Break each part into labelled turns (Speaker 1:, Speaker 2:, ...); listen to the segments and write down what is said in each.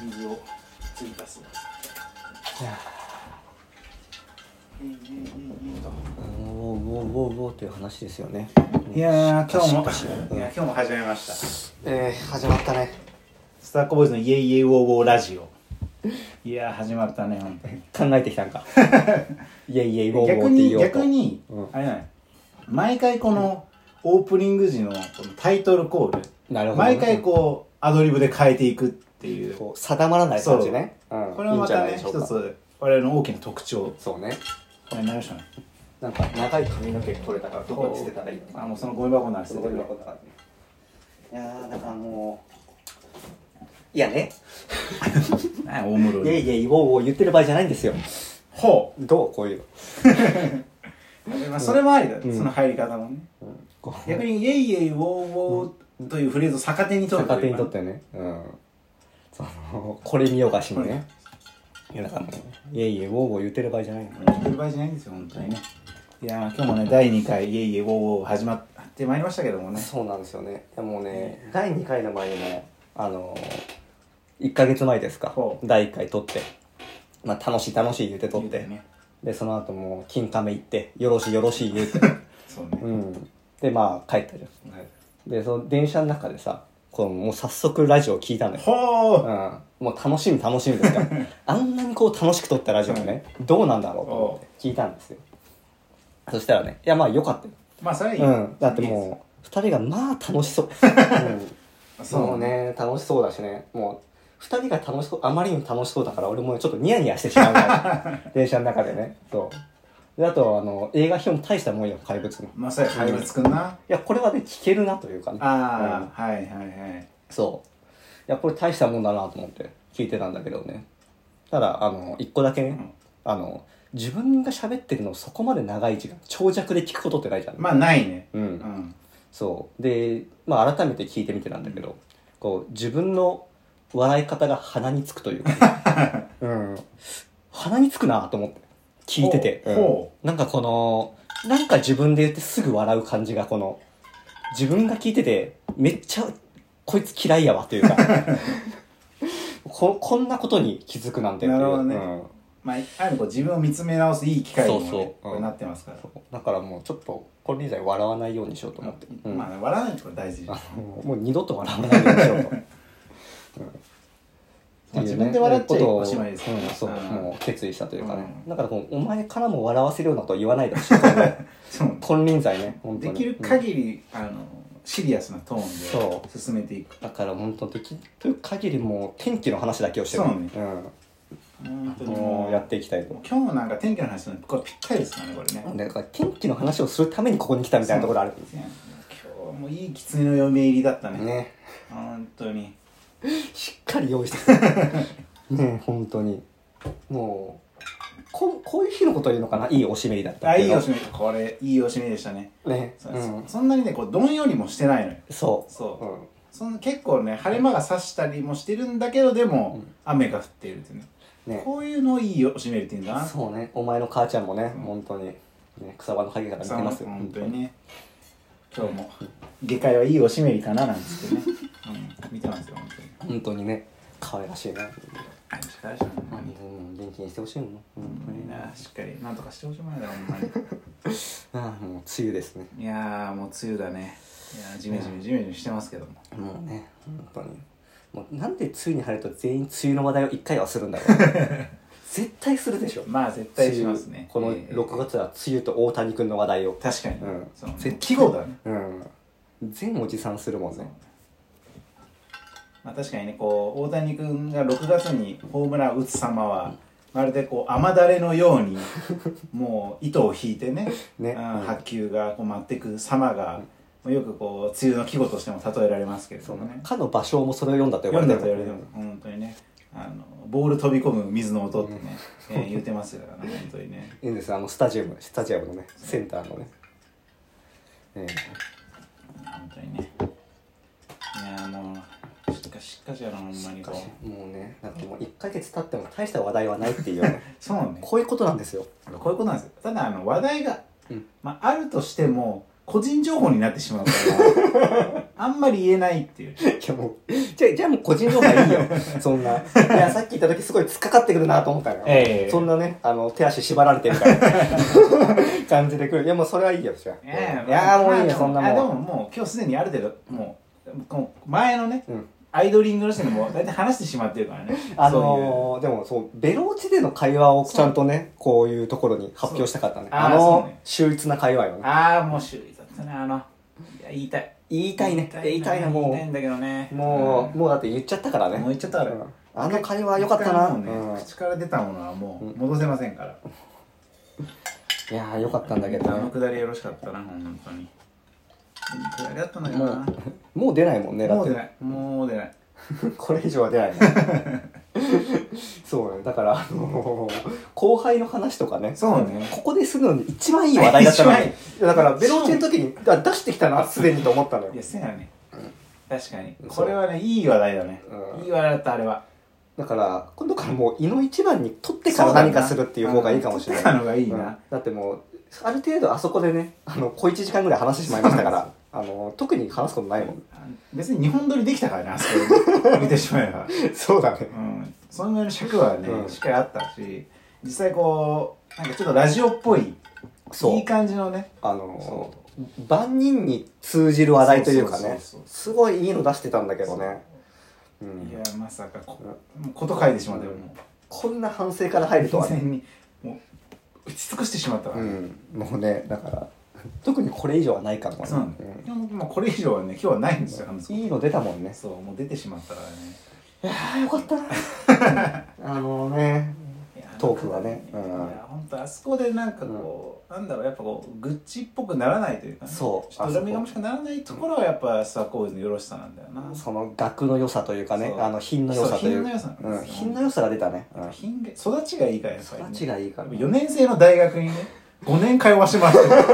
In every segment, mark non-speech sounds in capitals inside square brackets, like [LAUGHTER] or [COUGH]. Speaker 1: 水を追加しますいいいいいいいいと
Speaker 2: ウォーウォーウォーウォーという話ですよね
Speaker 1: いやー今日
Speaker 2: パシパシ
Speaker 1: もいや今日も始めましたス
Speaker 2: えー、始まったね
Speaker 1: ターコボーイズのイエイイエイウォーウォーラジオいやー始まったね本当に
Speaker 2: 考えてきたんかいやいやウォーウォー
Speaker 1: 逆
Speaker 2: って
Speaker 1: に
Speaker 2: 言おうと
Speaker 1: 逆に、
Speaker 2: うん
Speaker 1: あれない毎回このオープニング時のこのタイトルコール、
Speaker 2: なるほどね、
Speaker 1: 毎回こうアドリブで変えていくっていう
Speaker 2: こう定まらない感じねうん
Speaker 1: これはまた
Speaker 2: いい
Speaker 1: ね
Speaker 2: んじゃないでしょうか
Speaker 1: 一つ我々の大きな特徴
Speaker 2: そうね
Speaker 1: これ何でしょうね
Speaker 2: なんか長い髪の毛取れたからどこに捨てたらいいのか
Speaker 1: あもうそのゴミ箱の話
Speaker 2: すごいなことだねいやーだからもういやね
Speaker 1: 何や大室
Speaker 2: いやいやウォーウォー言ってる場合じゃないんですよ
Speaker 1: ほ
Speaker 2: どうこういうの
Speaker 1: う、まあ、それもありだ、
Speaker 2: うん
Speaker 1: その入り方もね
Speaker 2: こう
Speaker 1: 逆に「イェイイェイウォーウォー」というフレーズを逆手に取る
Speaker 2: 逆手にとっ
Speaker 1: って
Speaker 2: てねうんそのこれ見よがしにねいやだからもういやいやウォーウォー言ってる場合じゃないの
Speaker 1: る場合じゃないんですよ本当にねいやー今日もね第2回「イェイイェイウォーウォー」始まってまいりましたけどもね
Speaker 2: そうなんですよねいやもうね第2回の前にもあの1ヶ月前ですか
Speaker 1: ほう
Speaker 2: 第1回撮ってまあ楽しい楽しい言うて撮っ
Speaker 1: 言うた
Speaker 2: て
Speaker 1: よね
Speaker 2: でその後もう金亀行ってよろしいよろしい言う [LAUGHS] て
Speaker 1: そうね、
Speaker 2: うんでまあ帰ったじゃん
Speaker 1: はい
Speaker 2: でその電車の中でさこのもう早速ラジオ聞いたのよ
Speaker 1: ほう、
Speaker 2: うん、もう楽しみ楽しみ [LAUGHS] ですからあんなにこう楽しく撮ったラジオもね、どうなんだろうと思って聞いたんですよそしたらねいやまあよかったよ、
Speaker 1: まあそれはいい、
Speaker 2: うん、だって
Speaker 1: いいで
Speaker 2: もう2人がまあ楽しそう、うん
Speaker 1: す
Speaker 2: そうね楽しそうだしねもう2人が楽しそうあまりにも楽しそうだから俺もちょっとニヤニヤしてしまうから電車の中でねそうであとあの映画表も大したもんよ怪物のい
Speaker 1: まあそれ怪物くんな、
Speaker 2: やこれはね聞けるなというかね
Speaker 1: ああ、はいはいはい
Speaker 2: そう。いや、これ大したもんだなと思って聞いてたんだけどね。ただ、あの、一個だけね、
Speaker 1: ん
Speaker 2: あの、自分が喋ってるのをそこまで長い時間、長尺で聞くことってないじゃん。
Speaker 1: まあないね
Speaker 2: う。
Speaker 1: うんん
Speaker 2: そう。で、まあ改めて聞いてみてなんだけど、こう、自分の笑い方が鼻につくというか、
Speaker 1: [LAUGHS]
Speaker 2: うん。鼻につくなと思って、聞いてて。
Speaker 1: ほう
Speaker 2: うん
Speaker 1: ほ
Speaker 2: なんかこの、なんか自分で言ってすぐ笑う感じがこの、自分が聞いてて、めっちゃ、こいつ嫌いやわと
Speaker 1: [LAUGHS]
Speaker 2: いうか、ここんなことに気づくなんてっていう
Speaker 1: なるほどね
Speaker 2: うん
Speaker 1: まあ、あるこう自分を見つめ直すいい機会にも、ね、
Speaker 2: そうそう
Speaker 1: これなってますから、
Speaker 2: そうだからもうちょっと、これ以外笑わないようにしようと思って。うん
Speaker 1: まあ、ね、笑わないってことが大事、
Speaker 2: あのもう二度と笑わないようにしようと。
Speaker 1: まあ [LAUGHS] 自分で笑っちゃい
Speaker 2: ことを
Speaker 1: おしまいですからね
Speaker 2: うん、そう、
Speaker 1: うん
Speaker 2: もう決意したというかね。
Speaker 1: う
Speaker 2: だからこう、お前からも笑わせるようなことは言わない
Speaker 1: [LAUGHS]
Speaker 2: でほしい。この
Speaker 1: そう
Speaker 2: 金輪際ね、本当
Speaker 1: で
Speaker 2: に。
Speaker 1: きる
Speaker 2: うん
Speaker 1: 限り、あのシリアスなトー
Speaker 2: そ
Speaker 1: ンで進めていく
Speaker 2: だから本当できる限りもう天気の話だけをしてる。
Speaker 1: そうね
Speaker 2: ん
Speaker 1: 本当に
Speaker 2: も
Speaker 1: も
Speaker 2: う
Speaker 1: う
Speaker 2: やっていきたいと。
Speaker 1: 今日もなんか天気の話のこれぴったりですからねこれね
Speaker 2: だから天気の話をするためにここに来たみたいなところあるんです
Speaker 1: そうなんですよ今日もいい狐の嫁入りだったね
Speaker 2: よね。
Speaker 1: 本当に
Speaker 2: しっかり用意
Speaker 1: [LAUGHS]
Speaker 2: してたね本当に。もう、ここういう日のことを言うのかないいおしめりだった
Speaker 1: あ
Speaker 2: って
Speaker 1: い
Speaker 2: いう
Speaker 1: い
Speaker 2: の
Speaker 1: おしめこれいいおしめでしたね
Speaker 2: ね。。
Speaker 1: そううんそんなにねこうどんよりもしてないのよ
Speaker 2: そう。
Speaker 1: そう、
Speaker 2: うん
Speaker 1: その結構ね晴れ間が差したりもしてるんだけどでも、雨が降っているっていうね
Speaker 2: ね
Speaker 1: こういうのをいいよ締めるっていうんだな
Speaker 2: そうねお前の母ちゃんもね、
Speaker 1: うん
Speaker 2: 本当に、ね、草場の陰から見てますよ
Speaker 1: 本当にね今日も下界はいいおしめりかななんつってね、うん、見てますよ本当に
Speaker 2: 本当にね可愛らしいね
Speaker 1: あれしっかりしたほんま
Speaker 2: 本
Speaker 1: に
Speaker 2: 当にもう元気にしてほしいもんな本当
Speaker 1: ほんまに
Speaker 2: に
Speaker 1: なしっかりなんとかしてほしいもんやだほんまに
Speaker 2: ああもう梅雨ですね
Speaker 1: [LAUGHS] いやーもう梅雨だねいやージメジメジメジメしてますけども
Speaker 2: もうね本当にもうなんで梅雨に入ると全員梅雨の話題を一回はするんだろ
Speaker 1: [LAUGHS]
Speaker 2: う絶対するでしょ
Speaker 1: まあ絶対しますね
Speaker 2: 梅雨
Speaker 1: ええ
Speaker 2: この6月は梅雨と大谷君の話題を
Speaker 1: 確かに、
Speaker 2: うん
Speaker 1: その
Speaker 2: 絶対
Speaker 1: 季語だね
Speaker 2: うん全おじさんするもんね
Speaker 1: まあ、確かにねこう大谷君が6月にホームランを打つ様は、まるでこう雨だれのようにもう糸を引いてね
Speaker 2: ね
Speaker 1: うん
Speaker 2: うん
Speaker 1: 発球がこう舞っていく様が、よくこう梅雨の季語としても例えられますけれど
Speaker 2: そ
Speaker 1: も
Speaker 2: の
Speaker 1: ね
Speaker 2: かの場所もそれを読んだと言わ
Speaker 1: 読
Speaker 2: れ
Speaker 1: んだ
Speaker 2: てる
Speaker 1: と言われても本当にねあのボール飛び込む水の音ってね、えー言うてますからね本当にね
Speaker 2: エンゼルスのあのスタジアムスタジアムのねセンターのね、え
Speaker 1: 本当にねいやーもうしっかしっかしやなほんまに
Speaker 2: え
Speaker 1: こう
Speaker 2: もうねなんかもう1ヶ月経っても大した話題はないってい
Speaker 1: [LAUGHS]
Speaker 2: うね
Speaker 1: そうね
Speaker 2: こういうことなんですよ
Speaker 1: こういうことなんですよただあの話題が、
Speaker 2: うん
Speaker 1: まあ、あるとしても個人情報になってしまうから、
Speaker 2: [LAUGHS]
Speaker 1: あんまり言えないっていう。
Speaker 2: いやもう、じゃあ、じゃあもう個人情報はい
Speaker 1: [LAUGHS]
Speaker 2: いよ。そんな。いや、さっき言った時すごい突っかかってくるなと思ったよ。
Speaker 1: ええ
Speaker 2: そんなね、あの、手足縛られてるから。
Speaker 1: [LAUGHS]
Speaker 2: 感じでくる。いや、もうそれはいいよ、じゃあ。いやーもういいよ、そんな
Speaker 1: あでも
Speaker 2: もん。
Speaker 1: もう今日すでにある程度、もう、こう前のね、
Speaker 2: うん
Speaker 1: アイドリングの人にも大体話してしまってるからね。
Speaker 2: あ
Speaker 1: そういう
Speaker 2: のー、でもそう、ベロ落ちでの会話をちゃんとね、こういうところに発表したかったね。
Speaker 1: そうあー
Speaker 2: あ
Speaker 1: そう
Speaker 2: の
Speaker 1: ね、
Speaker 2: 秀逸な会話よね。
Speaker 1: ああ、もう周囲だったな、あの、いや言いたい。
Speaker 2: 言いたいね。言いたいな、
Speaker 1: 言い
Speaker 2: も
Speaker 1: たいんだけどね。
Speaker 2: う。もう、もうだって言っちゃったから
Speaker 1: う
Speaker 2: ね。
Speaker 1: んもう言っちゃったあれ。
Speaker 2: うんあの会話良かったな。
Speaker 1: もうね
Speaker 2: うん
Speaker 1: 口から出たものはもう戻せませんから。
Speaker 2: いやー、良かったんだけど
Speaker 1: あの
Speaker 2: ね。
Speaker 1: くだりよろしかったな、本当に。いいくだりだったのよ
Speaker 2: も
Speaker 1: な
Speaker 2: う。、もう出ないもんね、だ
Speaker 1: も
Speaker 2: っ
Speaker 1: う
Speaker 2: て
Speaker 1: 出。ない。もう出ない。
Speaker 2: これ以上は出ないね [LAUGHS] そうねだからあのー後輩の話とかね
Speaker 1: そうね。
Speaker 2: ここでするのに一番いい話題だったの
Speaker 1: [LAUGHS]
Speaker 2: に
Speaker 1: 一番いい
Speaker 2: いやだからベローチェの時にあ出してきたなすでにと思ったのよ
Speaker 1: いや、せやね。確かに。
Speaker 2: そう
Speaker 1: これはね、いい話題だね
Speaker 2: う。ん
Speaker 1: いい話題だった、あれは。
Speaker 2: だから今度からもう胃の一番に取ってから何かするっていう方がいいかもしれない
Speaker 1: い。のがいい
Speaker 2: うん
Speaker 1: な。
Speaker 2: だってもうある程度あそこでねあの小1時間ぐらい話してしまいまし
Speaker 1: [LAUGHS]
Speaker 2: たからあのー特に話すことないもん
Speaker 1: 別に日本撮りできたからね、あそこで見てしまえば。
Speaker 2: そうだね
Speaker 1: うん。そのぐらいの尺はね
Speaker 2: う、ん
Speaker 1: しっかりあったし、実際こう、なんかちょっとラジオっぽい、
Speaker 2: そう
Speaker 1: いい感じのね、
Speaker 2: あのー万人に通じる話題というか
Speaker 1: そうそう
Speaker 2: ね
Speaker 1: そうそう
Speaker 2: すごいいいの出してたんだけどねうん
Speaker 1: いや、まさか、こもうこと書いてしまったよ、も
Speaker 2: こんな反省から入
Speaker 1: う。
Speaker 2: るとは
Speaker 1: 完
Speaker 2: ね、
Speaker 1: 全に、も [LAUGHS] う、打ち尽くしてしまったわ
Speaker 2: う。ん、もうねだから特にこれ以上はないかもね
Speaker 1: そうなんだよ。でももうこれ以上はね、今日はないんですよ、話すこ
Speaker 2: うんいいの出たも
Speaker 1: [LAUGHS]
Speaker 2: んね
Speaker 1: とそう、もう出てしまったからね。
Speaker 2: ああよかったな [LAUGHS] あのね
Speaker 1: いや
Speaker 2: トークがね
Speaker 1: なんか
Speaker 2: うん
Speaker 1: いや本当あそこでなんかこう、なんだろうやっぱこう愚痴っぽくならないというか、ね、
Speaker 2: そう
Speaker 1: ちょっと恨みがもしかならないところはやっぱスワコーズのよろしさなんだよな
Speaker 2: その額の良さというかね
Speaker 1: そう
Speaker 2: あの品の良さとい
Speaker 1: そう品
Speaker 2: う
Speaker 1: の良さ
Speaker 2: うん、品の良さが出たね、うん、
Speaker 1: 品が育ちがいいからやっぱり、ね、
Speaker 2: 育ちがいいから、
Speaker 1: 4年生の大学にね5年通わしましたよ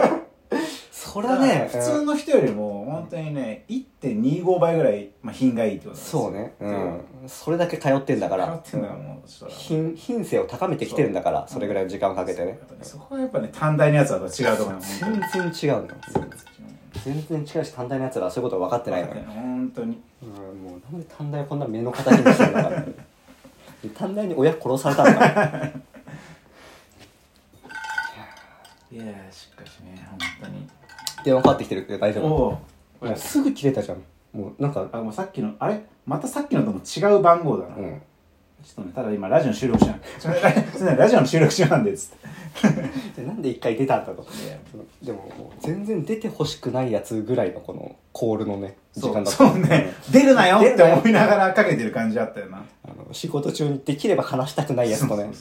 Speaker 2: それはね
Speaker 1: 普通
Speaker 2: うん
Speaker 1: の人よりも本当にね1.25倍ぐらい、まあ、品がいいってことなんですよ
Speaker 2: そうね、うん、それだけ通ってんだから
Speaker 1: 通ってんだからもうちょっと
Speaker 2: 品品性を高めてきてるんだからそれぐらいの時間をかけてね
Speaker 1: やっぱねそこはやっぱね短大のやつは違う
Speaker 2: [LAUGHS]
Speaker 1: と思います
Speaker 2: 全然違うの全然違うし短大のやつらはそういうこと分かってないのよ
Speaker 1: 本当に
Speaker 2: うんもうなんで短大をこんな目の形にしてるのか [LAUGHS] な短大に親殺されたのかない
Speaker 1: やーしかしね本当に
Speaker 2: 電話かかってきてるけど大丈夫
Speaker 1: おお
Speaker 2: もうすぐ切れたじゃんもうなんか
Speaker 1: あもうさっきのあれまたさっきのとも違う番号だな、
Speaker 2: う
Speaker 1: ちょ
Speaker 2: ん
Speaker 1: っとねただ今ラジオの収録中なんですい [LAUGHS] ませんすいませんラジオの収録中なんでっつって
Speaker 2: でなんで一回出たんだと
Speaker 1: いや
Speaker 2: でももう全然出てほしくないやつぐらいのこのコールのね時
Speaker 1: そ
Speaker 2: 間
Speaker 1: う
Speaker 2: だった
Speaker 1: そうね出るなよ
Speaker 2: 出
Speaker 1: っ
Speaker 2: る
Speaker 1: て
Speaker 2: なよ
Speaker 1: 思いながらかけてる感じだったよな
Speaker 2: あの仕事中にできれば話したくないやつとね
Speaker 1: そう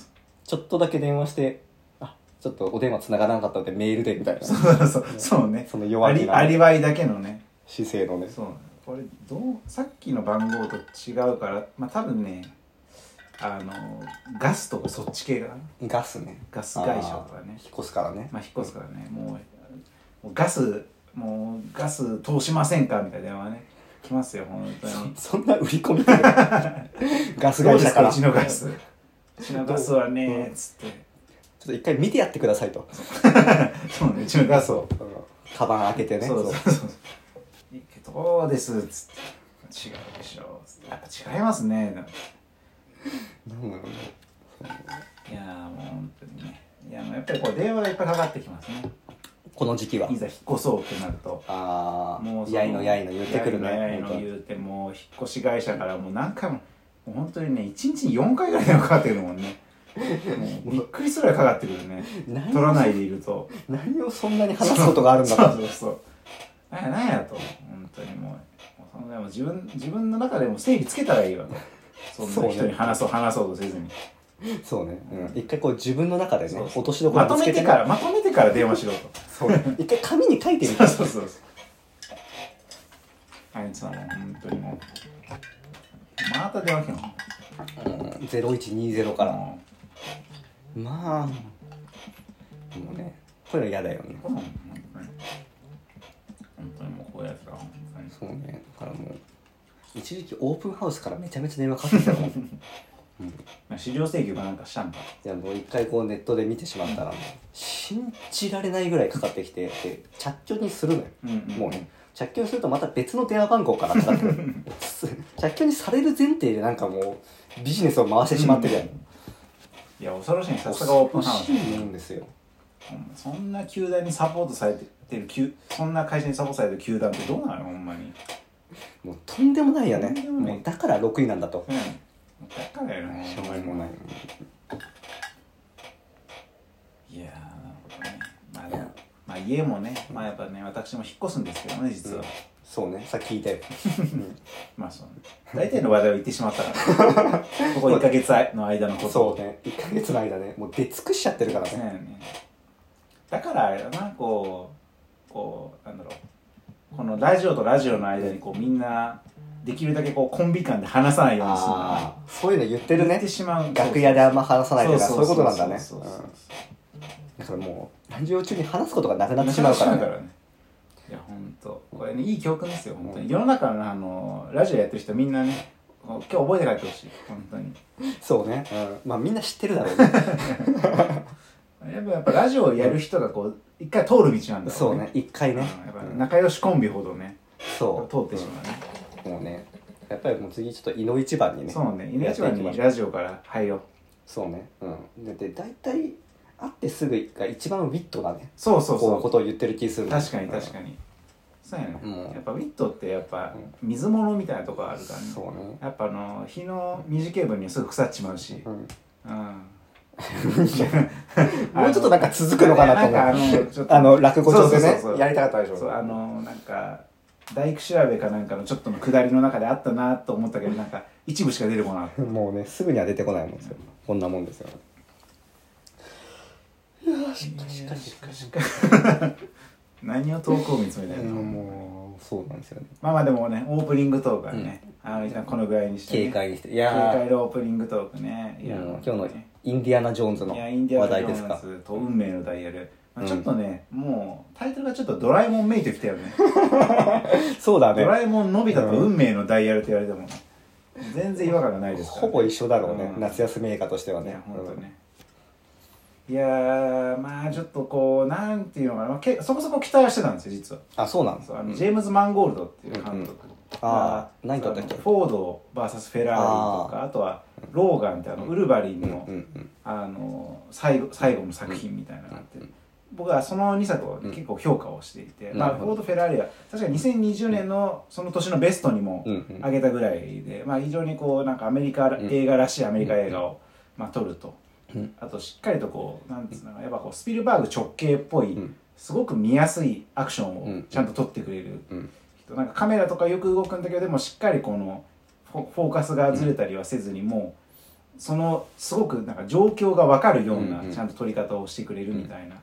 Speaker 1: そ
Speaker 2: ちょっとだけ電話してあちょっとお電話繋がらなかったのでメールでみたいな
Speaker 1: そうそうそうね
Speaker 2: その弱
Speaker 1: ア
Speaker 2: 気
Speaker 1: リ
Speaker 2: な
Speaker 1: アリバイだけのね
Speaker 2: 姿勢のね
Speaker 1: そうこれどうさっきの番号と違うからまあ多分ねあのガスとかそっち系が
Speaker 2: ガスね
Speaker 1: ガス会社とかね
Speaker 2: あー引っ越すからね
Speaker 1: まあ、引っ越すからねもうもうガスもうガス通しませんかみたいな電話ね来ますよ本当に
Speaker 2: そんな売り込
Speaker 1: [LAUGHS]
Speaker 2: みガス会社から
Speaker 1: どうですうちのガスうちのガスはねつって
Speaker 2: ちょっと一回見てやってくださいと。
Speaker 1: そうねうちのガスを
Speaker 2: カバン開けてね。
Speaker 1: そう
Speaker 2: そう
Speaker 1: そうそういいけどどうですつって違うでしょつってやっぱ違いますねなんか
Speaker 2: なんだろうね
Speaker 1: いやーもう本当にねいやもうやっぱりこう電話がいっぱいかかってきますね
Speaker 2: この時期は。
Speaker 1: いざ引っ越そうってなると
Speaker 2: あ
Speaker 1: もう
Speaker 2: あ、
Speaker 1: そ
Speaker 2: やいのやいの言ってくるね。
Speaker 1: やいのやいの
Speaker 2: 本
Speaker 1: 言うてもう引っ越し会社からもう何回ももう本当にね一日に4回ぐらい電話かかってくるもんねもうびっくりするぐらいかかってくるね
Speaker 2: 何
Speaker 1: 取らないでいると
Speaker 2: 当何をそんなに話すことがあるんだ
Speaker 1: そう
Speaker 2: か。
Speaker 1: そうそうなんやなんやと本当にもうもうそのぐらいもう自分自分の中でも整理つけたらいいわとそんな人に話そう話そうとせずに、
Speaker 2: そうね。うん一回こう自分の中でね、
Speaker 1: そう
Speaker 2: 落としどこ
Speaker 1: ま
Speaker 2: ろ
Speaker 1: と
Speaker 2: 見つ
Speaker 1: め
Speaker 2: けて
Speaker 1: て
Speaker 2: ね
Speaker 1: からまとめてから電話しろと
Speaker 2: そうね一回紙に書いてみ
Speaker 1: そう
Speaker 2: て。
Speaker 1: そうそうあいつはもう本当にもうまた電話来んの
Speaker 2: ゼロ一二ゼロから。
Speaker 1: も
Speaker 2: まあ、もうね、これは嫌だよね
Speaker 1: う。本当にもうこういうやつだ本当に [LAUGHS]
Speaker 2: そうね。だからもう、一時期オープンハウスからめちゃめちゃ電話かかってきたもん。
Speaker 1: まあ、資料請求かなんかしたんか
Speaker 2: いやもう一回こうネットで見てしまったらもう信じられないぐらいかかってきてで着去にするのよ、
Speaker 1: うんうん
Speaker 2: もうね着去にするとまた別の電話番号からかかってくるす着去にされる前提でなんかもうビジネスを回してしまってるやん、
Speaker 1: いや恐ろしいねさすがオープンハウス
Speaker 2: 恐ろしいもんですよ
Speaker 1: うんそんな球団にサポートされてる球そんな会社にサポートされてる球団ってどうなのほんまに、
Speaker 2: もうとんでもないよね
Speaker 1: とんでもない
Speaker 2: もうだから6位なんだと
Speaker 1: うん、だからやろね
Speaker 2: しょうがもない
Speaker 1: いやーなるほどねまあでもまあ家もねまあやっぱね私も引っ越すんですけどね実は、
Speaker 2: そうねさっき聞いたよ、うん
Speaker 1: まあそうね大体の話題を言ってしまったから、
Speaker 2: [LAUGHS]
Speaker 1: ね、ここ1ヶ月の間のこと
Speaker 2: そうね1ヶ月の間ねもう出尽くしちゃってるから
Speaker 1: そう
Speaker 2: ね
Speaker 1: やねだからあれだなこうこうなんだろうこのラジオとラジオの間にこうみんなできるだけこうコンビ間で話さないようにする
Speaker 2: ああそういうの言ってる
Speaker 1: 言っ
Speaker 2: ね
Speaker 1: てしまう
Speaker 2: 楽屋であんま話さないとかそういうことなんだね
Speaker 1: そうそうそうそう
Speaker 2: うんだからもうラジオ中に話すことがなくなってしま
Speaker 1: [LAUGHS]
Speaker 2: うから
Speaker 1: なくな
Speaker 2: ね
Speaker 1: ってしまういや本当これねいい教訓ですよ本当に世の中のあのラジオやってる人みんなねこう今日覚えて帰ってほしい本当に
Speaker 2: そうね、うん、まあみんな知ってるだ
Speaker 1: [LAUGHS]
Speaker 2: ろうね
Speaker 1: やっぱやっぱラジオをやる人がこう一回通る道なんだ
Speaker 2: そうね一回
Speaker 1: うんや
Speaker 2: ね、
Speaker 1: っぱ
Speaker 2: うん
Speaker 1: 仲良しコンビほどね
Speaker 2: そう
Speaker 1: 通ってしまうね
Speaker 2: うんもうねやっぱりもう次ちょっと井の一番にね
Speaker 1: そうね
Speaker 2: やっていき
Speaker 1: NH 番
Speaker 2: ましょう
Speaker 1: にラジオから入ろう
Speaker 2: そうねうんだって大体会ってすぐが一番ウィットだね
Speaker 1: そうそう
Speaker 2: こうこ
Speaker 1: そ
Speaker 2: とを言ってる気する
Speaker 1: う
Speaker 2: ね
Speaker 1: 確かに
Speaker 2: うん
Speaker 1: 確かにそうやね
Speaker 2: うん
Speaker 1: やっぱウィットってやっぱ
Speaker 2: うん
Speaker 1: 水物みたいなとこあるからね
Speaker 2: そうね
Speaker 1: やっぱあの日の短い分にはすぐ腐っちまうし
Speaker 2: うん
Speaker 1: [LAUGHS] うん
Speaker 2: もうちょっとなんか続くのかなと思う
Speaker 1: あのちょっと
Speaker 2: あの落語上で
Speaker 1: そ
Speaker 2: ね
Speaker 1: うそうそうそう
Speaker 2: やりたかったでしょ
Speaker 1: そうあのなんか大工調べかなんかのちょっとの下りの中であったなと思ったけどなんか一部しか出るもんな
Speaker 2: もうねすぐには出てこないもんですよこんなもんですよいやーしかしかしかしかし
Speaker 1: 何を投稿見つめたいな
Speaker 2: もうそうなんですよね
Speaker 1: まあまあでもねオープニングトークはね、あの一旦このぐらいにして、ね、
Speaker 2: 警戒にしてい
Speaker 1: 警戒
Speaker 2: や
Speaker 1: のオープニングトークね
Speaker 2: ー
Speaker 1: いや
Speaker 2: もう今
Speaker 1: 本
Speaker 2: 日
Speaker 1: 当
Speaker 2: の
Speaker 1: にね
Speaker 2: インディアナ・ジョーンズの
Speaker 1: いやインディア
Speaker 2: 話
Speaker 1: ナ・ジ
Speaker 2: 題
Speaker 1: ョ
Speaker 2: で
Speaker 1: ー
Speaker 2: す
Speaker 1: ン
Speaker 2: か
Speaker 1: ズと運命のダイヤル、まあ、
Speaker 2: うん
Speaker 1: ちょっとね、もうタイトルがちょっとドラえもんめいてきたよね
Speaker 2: そうだ
Speaker 1: ド
Speaker 2: ね
Speaker 1: ラえもんのび太と運命のダイヤルって言われてもね、全然違和感がないですから、
Speaker 2: ほぼ一緒だろうね
Speaker 1: うん
Speaker 2: 夏休み映画としては
Speaker 1: ね
Speaker 2: ね
Speaker 1: 本当ね、いやーまあちょっとこうなんていうのかな、まあけそこそこ期待はしてたんですよ実は
Speaker 2: うんあそうなんです
Speaker 1: そうあの、ジェームズ・マンゴールドっていう監督
Speaker 2: あ
Speaker 1: が
Speaker 2: ー何撮ったっけ
Speaker 1: そのフォード VS フェラーリとかあとはローガンってあのウルヴァリン
Speaker 2: うんう
Speaker 1: の,、
Speaker 2: ん
Speaker 1: あの最後最後の作品みたいなのがあって、僕はその2作をね、結構評価をしていて、
Speaker 2: うん
Speaker 1: ま
Speaker 2: な
Speaker 1: あ、
Speaker 2: るほ
Speaker 1: フォード・フェラーリは確かに2020年のその年のベストにも
Speaker 2: うんうん
Speaker 1: 上げたぐらいで、まあ、非常にこうなんかアメリカ映画らしいアメリカ映画を、まあ、撮ると、
Speaker 2: うん
Speaker 1: あとしっかりとこうなんつうのやっぱこうスピルバーグ直系っぽい、
Speaker 2: ん
Speaker 1: すごく見やすいアクション
Speaker 2: う
Speaker 1: を
Speaker 2: ん
Speaker 1: ちゃんと撮ってくれる
Speaker 2: うん
Speaker 1: 人、なんかカメラとかよく動くんだけどでもしっかりこのフォフォーカスがずれたりはせずにもうそのすごくなんか状況が分かるような
Speaker 2: うんうん
Speaker 1: ちゃんと撮り方をしてくれるみたいな。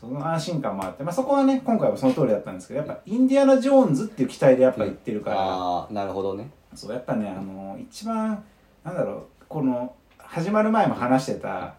Speaker 1: その安心感もあって、まあ、そこはね今回はその通りだったんですけどやっぱインディアナ・ジョーンズっていう期待でやっぱ行ってるから、
Speaker 2: ああなるほどね
Speaker 1: そうやっぱねあの一番なんだろうこの始まる前も話してた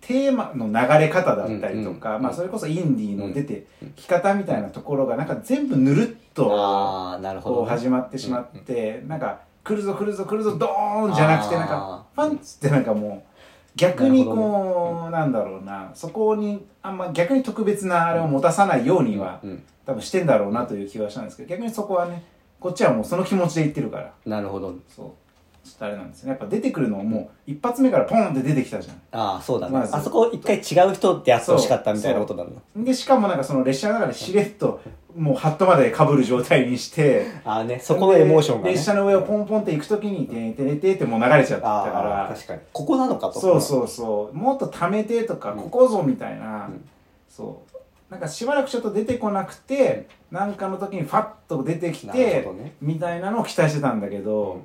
Speaker 1: テーマの流れ方だったりとか、
Speaker 2: うんうん
Speaker 1: まあ、それこそインディーの出てき方みたいなところがなんか全部ぬるっと
Speaker 2: ああなるほ
Speaker 1: こ
Speaker 2: ど
Speaker 1: う
Speaker 2: ね
Speaker 1: 始まってしまって、なんか来るぞ来るぞ来るぞドーンじゃなくて
Speaker 2: あー
Speaker 1: なんかパンツってなんかもう逆に
Speaker 2: なる
Speaker 1: こうなんだろうなそこにあんま逆に特別なあれを持たさないようには
Speaker 2: うん
Speaker 1: 多分してんだろうなという気はしたんですけど逆にそこはねこっちはもうその気持ちで言ってるから。
Speaker 2: なるほど
Speaker 1: そうちょっとあれなんですよねやっぱ出てくるのはもう一発目からポンって出てきたじゃん
Speaker 2: ああそうだね
Speaker 1: まず
Speaker 2: あそこ一回違う人でやってほしかったみたいなことなんだ
Speaker 1: でしかもなんかその列車の中でしれっともうハットまでかぶる状態にして
Speaker 2: ああねそこのエモーションが
Speaker 1: で
Speaker 2: ね
Speaker 1: 列車の上をポンポンって行く時に「てんてれて」ってもう流れちゃった
Speaker 2: ああ
Speaker 1: から
Speaker 2: 確かにここなのかと
Speaker 1: そうそうそうもっと溜めてとか、
Speaker 2: うん
Speaker 1: ここぞみたいな、
Speaker 2: うん
Speaker 1: そうなんかしばらくちょっと出てこなくて、なんかの時にファッと出てき
Speaker 2: なる
Speaker 1: て、
Speaker 2: ほどね
Speaker 1: みたいなのを期待してたんだけど、
Speaker 2: うん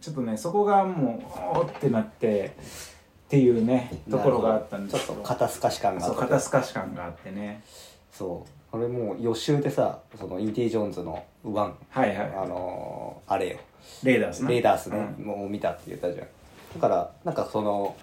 Speaker 1: ちょっとねそこがもうおーってなってっていうねところがあったんです
Speaker 2: ち
Speaker 1: け
Speaker 2: ょっ
Speaker 1: ど
Speaker 2: と肩透かし感があ
Speaker 1: そう
Speaker 2: って
Speaker 1: 肩透かし感があってね
Speaker 2: そう俺もう予習でさそのインディ・ジョーンズのワン
Speaker 1: はい
Speaker 2: あ
Speaker 1: は
Speaker 2: のーあれよ
Speaker 1: いレーダースね
Speaker 2: レーダースね、
Speaker 1: うん
Speaker 2: もう見たって言ったじゃんだからなんかその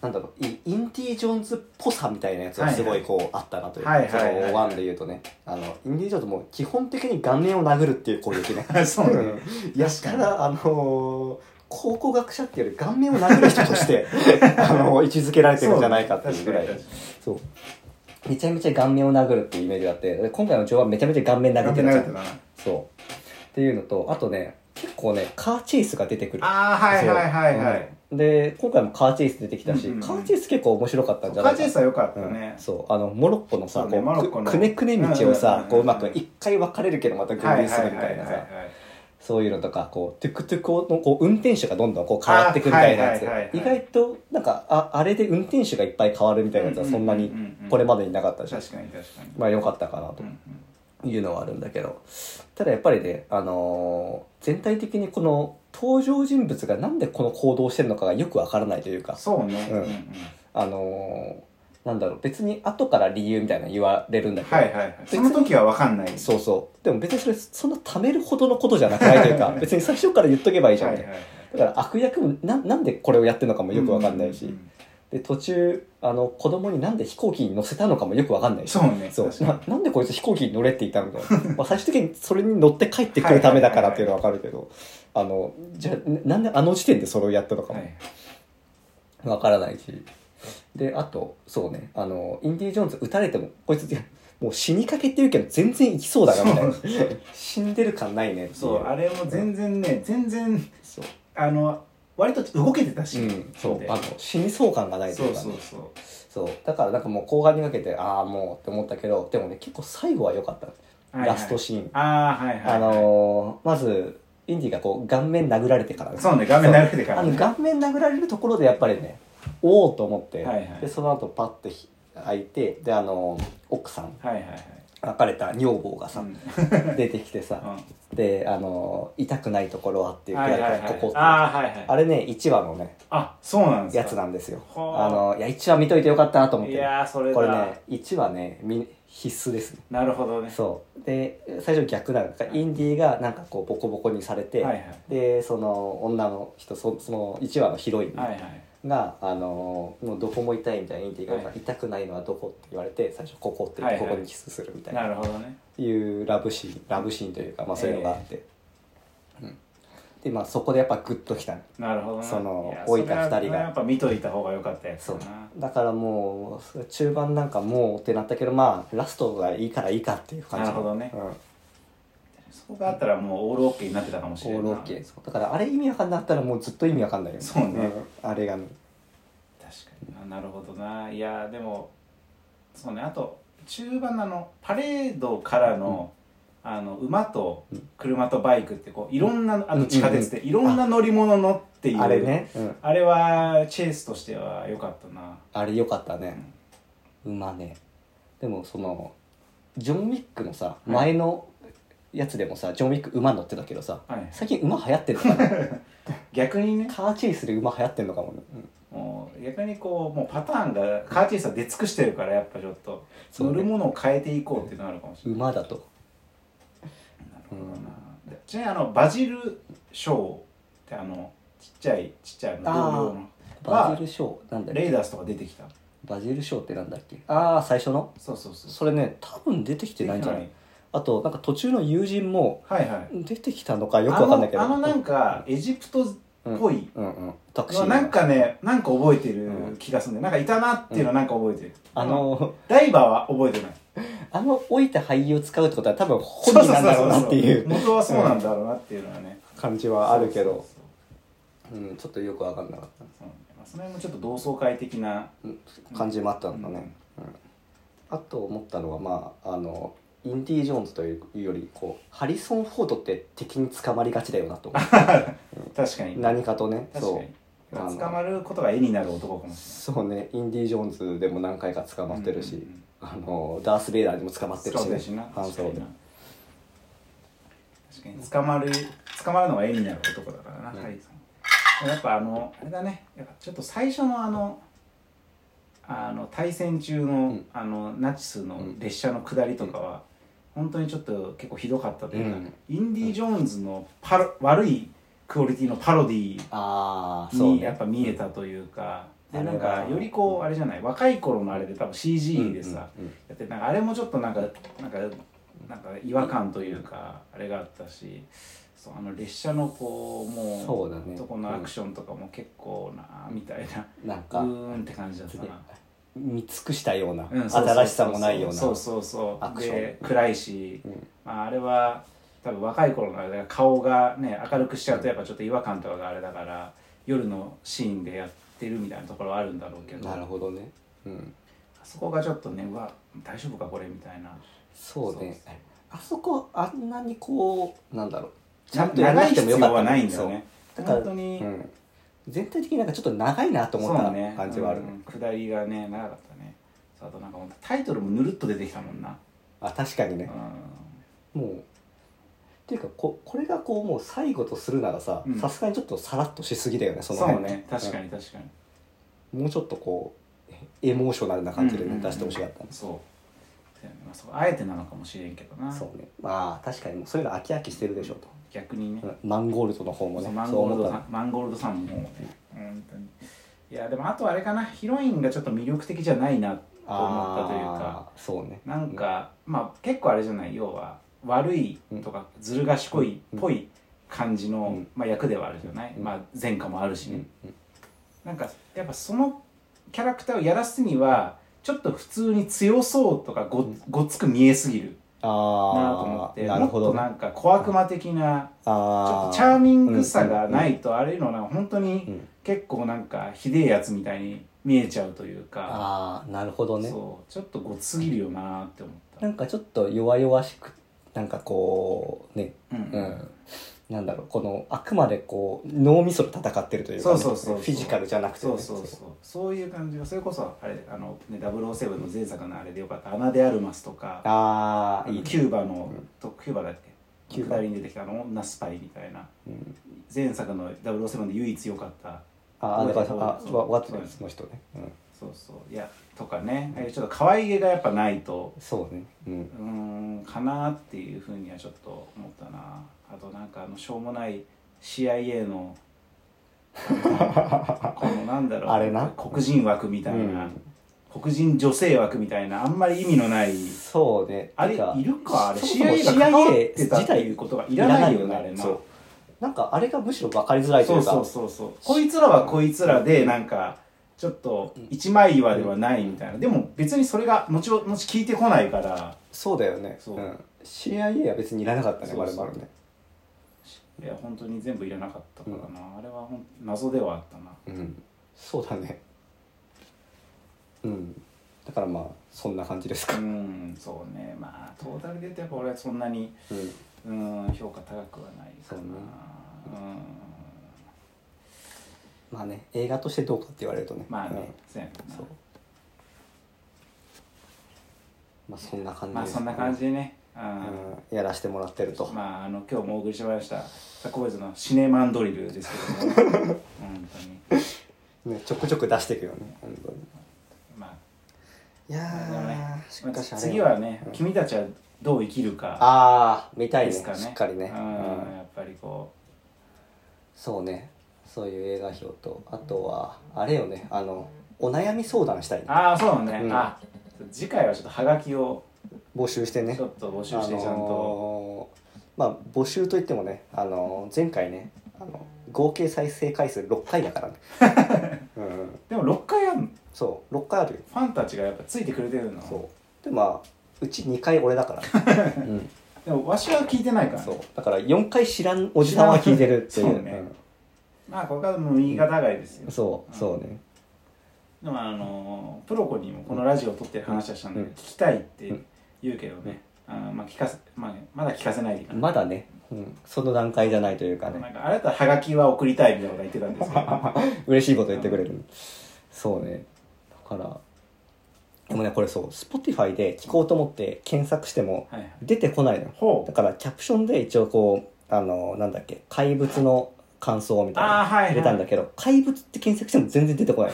Speaker 2: なんだろうイインディ・ジョーンズっぽさみたいなやつがすごいこう、あったなという、
Speaker 1: はいはいはいはい
Speaker 2: そのワンで言うとねあのインディ・ジョーンズも [LAUGHS]
Speaker 1: [LAUGHS]
Speaker 2: 基本的に顔面を殴るっていう攻撃ね
Speaker 1: そうね
Speaker 2: いやしからあのー考古学者っていうより顔面を殴る人として [LAUGHS] あの位置づけられてるんじゃないかっていうぐらい
Speaker 1: そうね
Speaker 2: そうめちゃめちゃ顔面を殴るっていうイメージがあってで今回の序盤めちゃめちゃ顔面
Speaker 1: 確
Speaker 2: 殴っ
Speaker 1: か
Speaker 2: て
Speaker 1: に
Speaker 2: るじゃ
Speaker 1: 確かに
Speaker 2: んそうっていうのとあとね結構ねカーチェイスが出てくる
Speaker 1: ああはいはいはいはい、
Speaker 2: うんで今回もカーチェイス出てきたし、
Speaker 1: うんうんうん
Speaker 2: カーチェイス結構面白かったんじゃ
Speaker 1: カ
Speaker 2: ない
Speaker 1: ーチェ
Speaker 2: かな
Speaker 1: イスは良かった
Speaker 2: うん
Speaker 1: ね、
Speaker 2: そうあのモロッコの
Speaker 1: そ
Speaker 2: さ
Speaker 1: うね
Speaker 2: こう
Speaker 1: モロッコの
Speaker 2: くくねくね道を
Speaker 1: うんうんうん
Speaker 2: さ
Speaker 1: うん
Speaker 2: こううまく一回分かれるけどまた
Speaker 1: は
Speaker 2: 分
Speaker 1: い
Speaker 2: 類
Speaker 1: は
Speaker 2: す
Speaker 1: いは
Speaker 2: る
Speaker 1: い
Speaker 2: み
Speaker 1: は
Speaker 2: た
Speaker 1: い
Speaker 2: い
Speaker 1: は
Speaker 2: ないさそういうのとかこうトゥクトゥクのこう運転手がどんどんこう変わっていくみ
Speaker 1: あ
Speaker 2: たいなやつ、
Speaker 1: はいはいはいはい
Speaker 2: 意外となんかああれで運転手がいっぱい変わるみたいなやつはそんな
Speaker 1: う
Speaker 2: に
Speaker 1: んうんうんうん
Speaker 2: これまでになかったじゃん、
Speaker 1: 確かに確かに、
Speaker 2: まあ良かったかなと
Speaker 1: うんうん
Speaker 2: いうのはあるんだけどただやっぱりね、あのー全体的にこの登場人物がなんでこの行動をしてるのかがよくわからないというか
Speaker 1: そうね、
Speaker 2: うん
Speaker 1: うんうん
Speaker 2: あのーなんだろう別に後から理由みたいなの言われるんだけど、
Speaker 1: はいはいはいその時は分かんない
Speaker 2: そうそうでも別にそれそんな貯めるほどのことじゃなくないというか別に最初から言っとけばいいじゃん、
Speaker 1: は
Speaker 2: み
Speaker 1: い
Speaker 2: たい
Speaker 1: はいはい
Speaker 2: なだから悪役もななんでこれをやってるのかもよくわかんないし、
Speaker 1: うんうんうん
Speaker 2: で途中あの子供になんで飛行機に乗せたのかもよくわかんないし
Speaker 1: そうね
Speaker 2: そう
Speaker 1: 確かに
Speaker 2: ななんでこいつ飛行機に乗れって言ったのかまあ最終的にそれに乗って帰ってくるためだからっていうのはわかるけどあのじゃあななんであの時点でそれをやったのか
Speaker 1: は
Speaker 2: も
Speaker 1: い
Speaker 2: わからないしであとそうねあのインディ・ジョーンズ撃たれてもこいつもう死にかけてるけど全然生きそうだなみたいな死んでる感ないねっていう
Speaker 1: そうあれも全然ね全然
Speaker 2: そう,、
Speaker 1: あの割と動けてたし、
Speaker 2: うん、そう
Speaker 1: で
Speaker 2: あの死にそう感がないと
Speaker 1: そ
Speaker 2: いううか、ね、
Speaker 1: そうそう
Speaker 2: そうだからなんかもう後半にかけてああもうって思ったけどでもね結構最後は良かった、
Speaker 1: はいはい
Speaker 2: ラストシーン、
Speaker 1: ああはいはい、はい、
Speaker 2: あのーまずインディがこう顔面殴られてから
Speaker 1: そうね画面
Speaker 2: そう
Speaker 1: 流れてから
Speaker 2: あの顔面殴られるところでやっぱりねおおと思って、
Speaker 1: はいはい
Speaker 2: でその後パッてひ開いてであのー奥さん
Speaker 1: はいはいはい
Speaker 2: 別れた女房がさ、
Speaker 1: うん
Speaker 2: 出てきてさ、であのー痛くないところはっていうく
Speaker 1: はい
Speaker 2: ら
Speaker 1: はいいは
Speaker 2: か
Speaker 1: い
Speaker 2: らここって、
Speaker 1: ああはいはい
Speaker 2: あれね1話のね
Speaker 1: あそうなんですか
Speaker 2: やつなんですよ
Speaker 1: ほう
Speaker 2: あのーいや1話見といてよかったなと思っ
Speaker 1: い
Speaker 2: てね
Speaker 1: やーそれだ
Speaker 2: これね1話ねみ必須ですね
Speaker 1: なるほどね
Speaker 2: そうで最初逆なのか
Speaker 1: はい
Speaker 2: インディーがなんかこうボコボコにされて、
Speaker 1: はいはい
Speaker 2: でその女の人そその1話のヒロインが、
Speaker 1: はいはい
Speaker 2: あのーもうどこも痛いみたいなインディーが、
Speaker 1: はい
Speaker 2: 痛くないのはどこって言われて最初ここって、
Speaker 1: はいはい
Speaker 2: ここにキスするみたいな
Speaker 1: なるほどね
Speaker 2: いうラブシーンラブシーンというか、まあ、そういうのがあって、うん、でまあそこでやっぱグッときたの
Speaker 1: なるほどな
Speaker 2: その
Speaker 1: や
Speaker 2: 老いた二人が
Speaker 1: それはやっぱ見といた方が良かったやつ
Speaker 2: そ
Speaker 1: だ
Speaker 2: う
Speaker 1: な
Speaker 2: だからもう中盤なんかもうってなったけどまあラストがいいからいいかっていう感じ
Speaker 1: なるほどね
Speaker 2: うん
Speaker 1: そこがあったらもうオールオッケーになってたかもしれない
Speaker 2: オールオッケーそうだからあれ意味わかんなかったらもうずっと意味わかんないよね
Speaker 1: そうね
Speaker 2: んあれがね
Speaker 1: 確かにななるほどないやーでもそうねあと中盤のあのパレードからの,、あの馬と車とバイクってこういろんなあ
Speaker 2: うんうんう
Speaker 1: の
Speaker 2: ん
Speaker 1: 地下鉄でいろんな乗り物乗っていう
Speaker 2: あれね、うん、
Speaker 1: あれはチェイスとしては良かったな
Speaker 2: あれよかったね馬ねでもそのジョン・ウィックのさ
Speaker 1: い
Speaker 2: 前のやつでもさジョン・ウィック馬乗ってたけどさ
Speaker 1: はい
Speaker 2: 最近馬流行ってるの
Speaker 1: [LAUGHS]
Speaker 2: かな
Speaker 1: 逆にね
Speaker 2: カーチェイスで馬流行ってんのかもね、うん
Speaker 1: もう逆にこうもうパターンがカーチェイスは出尽くしてるからやっぱちょっと
Speaker 2: そう
Speaker 1: 乗
Speaker 2: ね
Speaker 1: るものを変えていこうっていうのがあるかもしれない
Speaker 2: 馬だと
Speaker 1: なるほどな、でちなみにあのバジルショーってあのちっちゃいちっちゃいあの同僚の
Speaker 2: バジルショーなんだっけ
Speaker 1: レイダースとか出てきた
Speaker 2: バジルショーってなんだっけああ最初の
Speaker 1: そうそうそう
Speaker 2: それね多分出てきてないんじゃない、
Speaker 1: 出て
Speaker 2: あとなんか途中の友人も
Speaker 1: ないはいはい
Speaker 2: 出てきたのかよくわかんないけど
Speaker 1: あのあのなんかエジプトっぽい
Speaker 2: うんうん、タクシー
Speaker 1: の
Speaker 2: の
Speaker 1: なんかねなんか覚えてる
Speaker 2: うん
Speaker 1: 気がするんでなんかいたなっていうのはなんか覚えてる
Speaker 2: あの
Speaker 1: ダイバーは覚えてない
Speaker 2: あの老いた俳優を使うってことは多分本人なんだろうなってい
Speaker 1: そうそそそ元はそうなんだろうなっていうのはね
Speaker 2: 感じはあるけど
Speaker 1: そう
Speaker 2: うんちょっとよくわかんなかっ
Speaker 1: そうそうそうまあその辺もちょっと同窓会的な
Speaker 2: たうん感じもあったんだね、うんあと思ったのはまああのインディ・ジョーンズというよりこうハリソン・フォードって敵に捕まりがちだよなと思って
Speaker 1: 確かに
Speaker 2: [LAUGHS] 何かとね
Speaker 1: 確か
Speaker 2: そ
Speaker 1: に
Speaker 2: うあの
Speaker 1: 捕まることが絵になる男かも
Speaker 2: う
Speaker 1: し
Speaker 2: そうねインディ・ジョーンズでも何回か捕
Speaker 1: れな
Speaker 2: ま
Speaker 1: い
Speaker 2: ってるし、
Speaker 1: うんうんうん
Speaker 2: あのダース・ベイダーにも捕まってるし,、
Speaker 1: そうだしな
Speaker 2: ハンソロで
Speaker 1: 確かに捕まる捕まるのが絵になる男だからな、
Speaker 2: うん
Speaker 1: ハリーさんやっぱあのあれだねやっぱちょっと最初のあのあの対戦中の,、
Speaker 2: ん
Speaker 1: あのナチスの列車の下りとかは、本当にちょっと結構ひどかったというか、
Speaker 2: うん
Speaker 1: インディ・ジョーンズのパロ悪いクオリティのパロディ
Speaker 2: ああそう
Speaker 1: に
Speaker 2: ね
Speaker 1: やっぱ見えたというか、
Speaker 2: うん
Speaker 1: でなん
Speaker 2: あれ
Speaker 1: か
Speaker 2: は
Speaker 1: よりこうあれじゃない若い頃のあれで多分 CG でさ、
Speaker 2: うんうんうん
Speaker 1: だってなんかあれもちょっとなんかなんかなんか違和感というかあれがあったしそうあの列車のこうもう
Speaker 2: そうだね
Speaker 1: とこのアクションとかも結構なみたいな、
Speaker 2: なん
Speaker 1: う
Speaker 2: か
Speaker 1: ーんって感じだったな、
Speaker 2: 見尽くしたような、
Speaker 1: うんそうそうそう
Speaker 2: 新しさもないような
Speaker 1: そうそうそう
Speaker 2: アクション
Speaker 1: で暗いし、
Speaker 2: うん
Speaker 1: まあ、あれは多分若い頃のあれだから顔がね明るくしちゃうとやっぱちょっと違和感とかがあれだから夜のシーンでやってるみたいなところはあるんだろうけど
Speaker 2: なるほどね、うん、
Speaker 1: そこがちょっとねうわ大丈夫かこれみたいな
Speaker 2: そう
Speaker 1: そう
Speaker 2: ねあそこあんなにこうなんだろう
Speaker 1: ちゃんと長い必要はないんだよね
Speaker 2: そうだから
Speaker 1: 本当に、
Speaker 2: うん、全体的になんかちょっと長いなと思った感じはあるね
Speaker 1: うん下りがね長かったねそうあとなんかほんとタイトルもぬるっと出てきたもんな、
Speaker 2: あ確かに
Speaker 1: う
Speaker 2: ね
Speaker 1: ん、
Speaker 2: もうっていうかここれがこうもう最後とするならさ
Speaker 1: うん
Speaker 2: さすがにちょっとさらっとしすぎだよねそ
Speaker 1: そう
Speaker 2: の辺
Speaker 1: ね確かに確かに、
Speaker 2: うんもうちょっとこうエモーショナルな感じでね、出してほしかったね
Speaker 1: そうだよねまあそこあえてなのかもしれんけどな
Speaker 2: そうねまあ確かにもうそういうの飽き飽きしてるでしょうと、
Speaker 1: 逆にね、
Speaker 2: うんマンゴールドの方も
Speaker 1: そ
Speaker 2: ね
Speaker 1: うマン
Speaker 2: そう
Speaker 1: ゴール
Speaker 2: 思っ
Speaker 1: ド
Speaker 2: た
Speaker 1: さ
Speaker 2: ら
Speaker 1: んマンゴールドさんもね本当にいやでもあとあれかなヒロインがちょっと魅力的じゃないなと思ったというか
Speaker 2: あーそうね
Speaker 1: なんか、まあ結構あれじゃない要は悪いとかずる賢いっぽい感じの、
Speaker 2: うん
Speaker 1: まあ、役ではあるじゃない、
Speaker 2: うん
Speaker 1: まあ、前科もあるし
Speaker 2: う
Speaker 1: ね、
Speaker 2: んうん
Speaker 1: なんかやっぱそのキャラクターをやらすにはちょっと普通に強そうとかご,、
Speaker 2: うん
Speaker 1: ごっつく見えすぎるなと思
Speaker 2: あ
Speaker 1: って
Speaker 2: あなるほど
Speaker 1: もっとな
Speaker 2: ね
Speaker 1: んか小悪魔的な、ちょっと
Speaker 2: あー
Speaker 1: チャーミングさがないと、あれのなんか本当
Speaker 2: うんう
Speaker 1: に
Speaker 2: ん
Speaker 1: 結構なんかひでえやつみたいに見えちゃうというか、
Speaker 2: ああなるほどね
Speaker 1: そうちょっとごつすぎるよなって思った。
Speaker 2: なんかちょっと弱々しくなんかこうね
Speaker 1: うん
Speaker 2: うんなんだろうこのあくまでこう脳みそと戦ってるというかね、
Speaker 1: そうそうそうそう
Speaker 2: フィジカルじゃなくてね、
Speaker 1: そうそうそうそういう感じがそれこそあれあの、ね、007の前作のあれでよかった「アナ・デ・アルマス」とか
Speaker 2: ああ
Speaker 1: あ
Speaker 2: いい
Speaker 1: の
Speaker 2: ね
Speaker 1: キューバの、とキューバだっけ
Speaker 2: キ
Speaker 1: キ
Speaker 2: ュー
Speaker 1: ュ
Speaker 2: バ
Speaker 1: に出てきたあの女スパイみたいな
Speaker 2: うん
Speaker 1: 前作の007で唯一良かった
Speaker 2: ああだから
Speaker 1: そう
Speaker 2: あ
Speaker 1: そう
Speaker 2: わわかって
Speaker 1: そう
Speaker 2: るその人ね、うん、
Speaker 1: そうそういやとかねああいうちょっと可愛げがやっぱないと
Speaker 2: そうね、うん
Speaker 1: う、ーんかなっていうふうにはちょっと思ったなあとなんかあのしょうもない CIA
Speaker 2: [LAUGHS]
Speaker 1: のこのなんだろう
Speaker 2: あれな
Speaker 1: 黒人枠みたいな、
Speaker 2: うん
Speaker 1: 黒人女性枠みたいなあんまり意味のない
Speaker 2: そうね
Speaker 1: あれ
Speaker 2: てか
Speaker 1: いるかあれ
Speaker 2: そもそも
Speaker 1: CIA が関わ
Speaker 2: CIA
Speaker 1: ってたっていうことがいらないよねあれな
Speaker 2: そうなんかあれがむしろ分かりづらいと
Speaker 1: そう
Speaker 2: い
Speaker 1: う
Speaker 2: か
Speaker 1: そうそうそうこいつらはこいつらでなんかちょっと一枚岩ではないみたいな、でも別にそれが後々聞いてこないから
Speaker 2: そうだよね、
Speaker 1: そうん
Speaker 2: CIA は別にいらなかったね
Speaker 1: そうそう
Speaker 2: 我々ね
Speaker 1: いや本当に全部いらなかったからな、あれはほん謎ではあったな
Speaker 2: うんそうだねうんだからまあそんな感じですか
Speaker 1: う、んそうねまあトータルで言うとやっぱ俺はそんなに
Speaker 2: うん
Speaker 1: うん評価高くはないか
Speaker 2: そ
Speaker 1: な
Speaker 2: うね
Speaker 1: うん
Speaker 2: まあね映画としてどうかって言われるとね
Speaker 1: まあね、
Speaker 2: うん
Speaker 1: そうやねんな
Speaker 2: そうまあそんな感じ
Speaker 1: まあ
Speaker 2: です
Speaker 1: そんな感じでね、う
Speaker 2: うんんやらしてもらってると、
Speaker 1: まああの今日もお送りしましたタコボーイズのシネマンドリルですけども
Speaker 2: [LAUGHS]
Speaker 1: 本当に
Speaker 2: ね、ちょくちょく出していくよね本当に
Speaker 1: ま
Speaker 2: いや
Speaker 1: あでもね
Speaker 2: ーし
Speaker 1: ま
Speaker 2: か
Speaker 1: あ
Speaker 2: しあれ
Speaker 1: 次はね、
Speaker 2: うん
Speaker 1: 君たちはどう生きるか
Speaker 2: ああ見たい
Speaker 1: で
Speaker 2: ね
Speaker 1: すかね
Speaker 2: しっかりね、
Speaker 1: うん
Speaker 2: うん
Speaker 1: やっぱりこ
Speaker 2: そうねそういう映画表とあとはあれよねあのお悩み相談したいうね
Speaker 1: ああそうだね、
Speaker 2: うん
Speaker 1: あ次回はちょっとハガキを
Speaker 2: 募集してね
Speaker 1: ちょっと募集
Speaker 2: あ
Speaker 1: してちゃんと、
Speaker 2: のーまあ募集といってもね、あのー前回ねあの合計再生回数6回だからね
Speaker 1: [LAUGHS]
Speaker 2: うんうん
Speaker 1: でも6回やんの
Speaker 2: そう6回あるよ
Speaker 1: ファンたちがやっぱついてくれてるの
Speaker 2: そうでまあうち2回俺だから、
Speaker 1: [LAUGHS]
Speaker 2: うん、
Speaker 1: でもわしは聞いてないから、
Speaker 2: そう
Speaker 1: ね、
Speaker 2: だから4回知らんおじさんは聞いてるって
Speaker 1: 知
Speaker 2: いう
Speaker 1: らんそうねまあここはもう右肩上がりです
Speaker 2: う
Speaker 1: よ
Speaker 2: ん、そう
Speaker 1: うん
Speaker 2: そうね
Speaker 1: でもあのプロコにもこのラジオを撮ってる話はしたんで、
Speaker 2: うん
Speaker 1: 聞きたいって言うけどね、あーまあ聞かせまあ、まだ聞かせないでいいかな,、
Speaker 2: まだね、うん、その段階じゃないというか
Speaker 1: な
Speaker 2: ね
Speaker 1: んかあなたはがきは送りたいみたいなこと言ってたん
Speaker 2: [LAUGHS]
Speaker 1: ですけど
Speaker 2: 嬉しいこと言ってくれる、そうねだからでもねこれそう Spotify で聞こうと思って検索しても
Speaker 1: はいはい
Speaker 2: 出てこないの
Speaker 1: ほ
Speaker 2: だ
Speaker 1: う
Speaker 2: からキャプションで一応こうあのなんだっけ怪物の感想みたい
Speaker 1: あー
Speaker 2: な
Speaker 1: はいはい
Speaker 2: 入れたんだけど、怪物って検索しても全然出てこない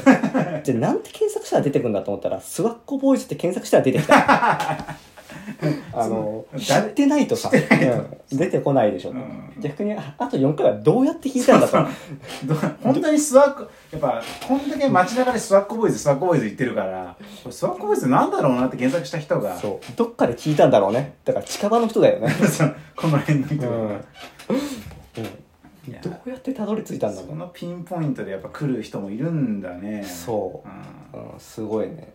Speaker 1: [LAUGHS]
Speaker 2: のでなんて検索したら出てくるんだと思ったらスワッコボーイズって検索したら出てきた
Speaker 1: [LAUGHS]
Speaker 2: あの
Speaker 1: そう
Speaker 2: 知ってないとさうん出てこないでしょ、
Speaker 1: うん
Speaker 2: 逆にああと4回はどうやって聞いたんだと
Speaker 1: ど本当にスワッコやっぱこんだけ街中でスワッコボーイズスワッコボーイズ言ってるからこれスワッコボーイズなんだろうなって検索した人が
Speaker 2: そう
Speaker 1: [LAUGHS]
Speaker 2: どっかで聞いたんだろうねだから近場の人だよね
Speaker 1: そうこの辺の人が、
Speaker 2: うんうん
Speaker 1: いや
Speaker 2: どうやってたどり着いたんだろ
Speaker 1: そのピンポイントでやっぱ来る人もいるんだね、
Speaker 2: うそう
Speaker 1: ん、
Speaker 2: う、うん、すごいね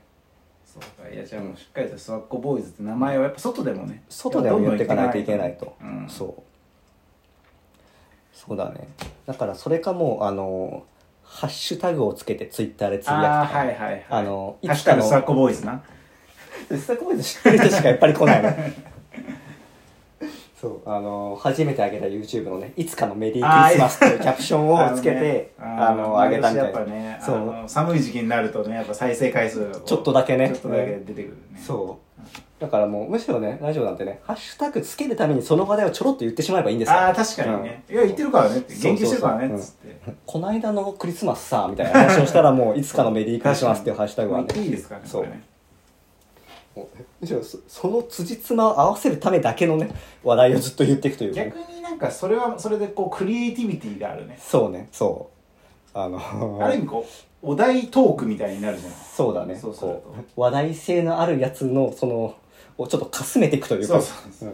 Speaker 1: そうかいやじゃあもうしっかりとスワッコボーイズって名前をやっぱ外でもね
Speaker 2: 外でも言っていかないといけないいと、
Speaker 1: うん
Speaker 2: そうそうだねだからそれかもうあのハッシュタグをつけてツイッターでつぶ
Speaker 1: ああ
Speaker 2: や
Speaker 1: ー
Speaker 2: くとか
Speaker 1: はいはいはい
Speaker 2: あのい
Speaker 1: ハッ
Speaker 2: つ
Speaker 1: シュタ
Speaker 2: か
Speaker 1: グ
Speaker 2: の
Speaker 1: スワッコボーイズな
Speaker 2: でスタコボーイズ知ってる人しかやっぱり来ないの
Speaker 1: [LAUGHS]
Speaker 2: そうあの初めてあげた YouTube のね「いつかのメリークリスマス」というキャプションをつけてあのあ
Speaker 1: あ
Speaker 2: げ
Speaker 1: げ
Speaker 2: た
Speaker 1: た
Speaker 2: み
Speaker 1: み
Speaker 2: た
Speaker 1: た
Speaker 2: い
Speaker 1: い
Speaker 2: な、
Speaker 1: な、ね、
Speaker 2: そう
Speaker 1: あの寒い時期になるとねやっぱ再生回数
Speaker 2: ちょっとだけね
Speaker 1: ちょっとだけ出てくるね
Speaker 2: そうだからもうむしろねラジオなんてねハッシュタグつけるためにその話題をちょろっと言ってしまえばいいんですよ
Speaker 1: ああ確かにね、いや言ってるからねって言及してるからね
Speaker 2: そ
Speaker 1: っ
Speaker 2: うそう
Speaker 1: つって
Speaker 2: この間のクリスマスさみたいな話をしたらもう「いつかのメリークリスマス」っていうハッシュタグは
Speaker 1: ま
Speaker 2: ね
Speaker 1: あいいですからね
Speaker 2: そう
Speaker 1: これね
Speaker 2: むしろそその辻褄を合わせるためだけのね話題をずっと言っていくというかね
Speaker 1: 逆になんかそれはそれでこうクリエイティビティがあるね
Speaker 2: そうねそうあの
Speaker 1: ある意味こうお題トークみたいになるじゃない
Speaker 2: そうだね
Speaker 1: そうすると
Speaker 2: こう話題性のあるやつのそのをちょっとかすめていくというか
Speaker 1: そうそうそ
Speaker 2: うん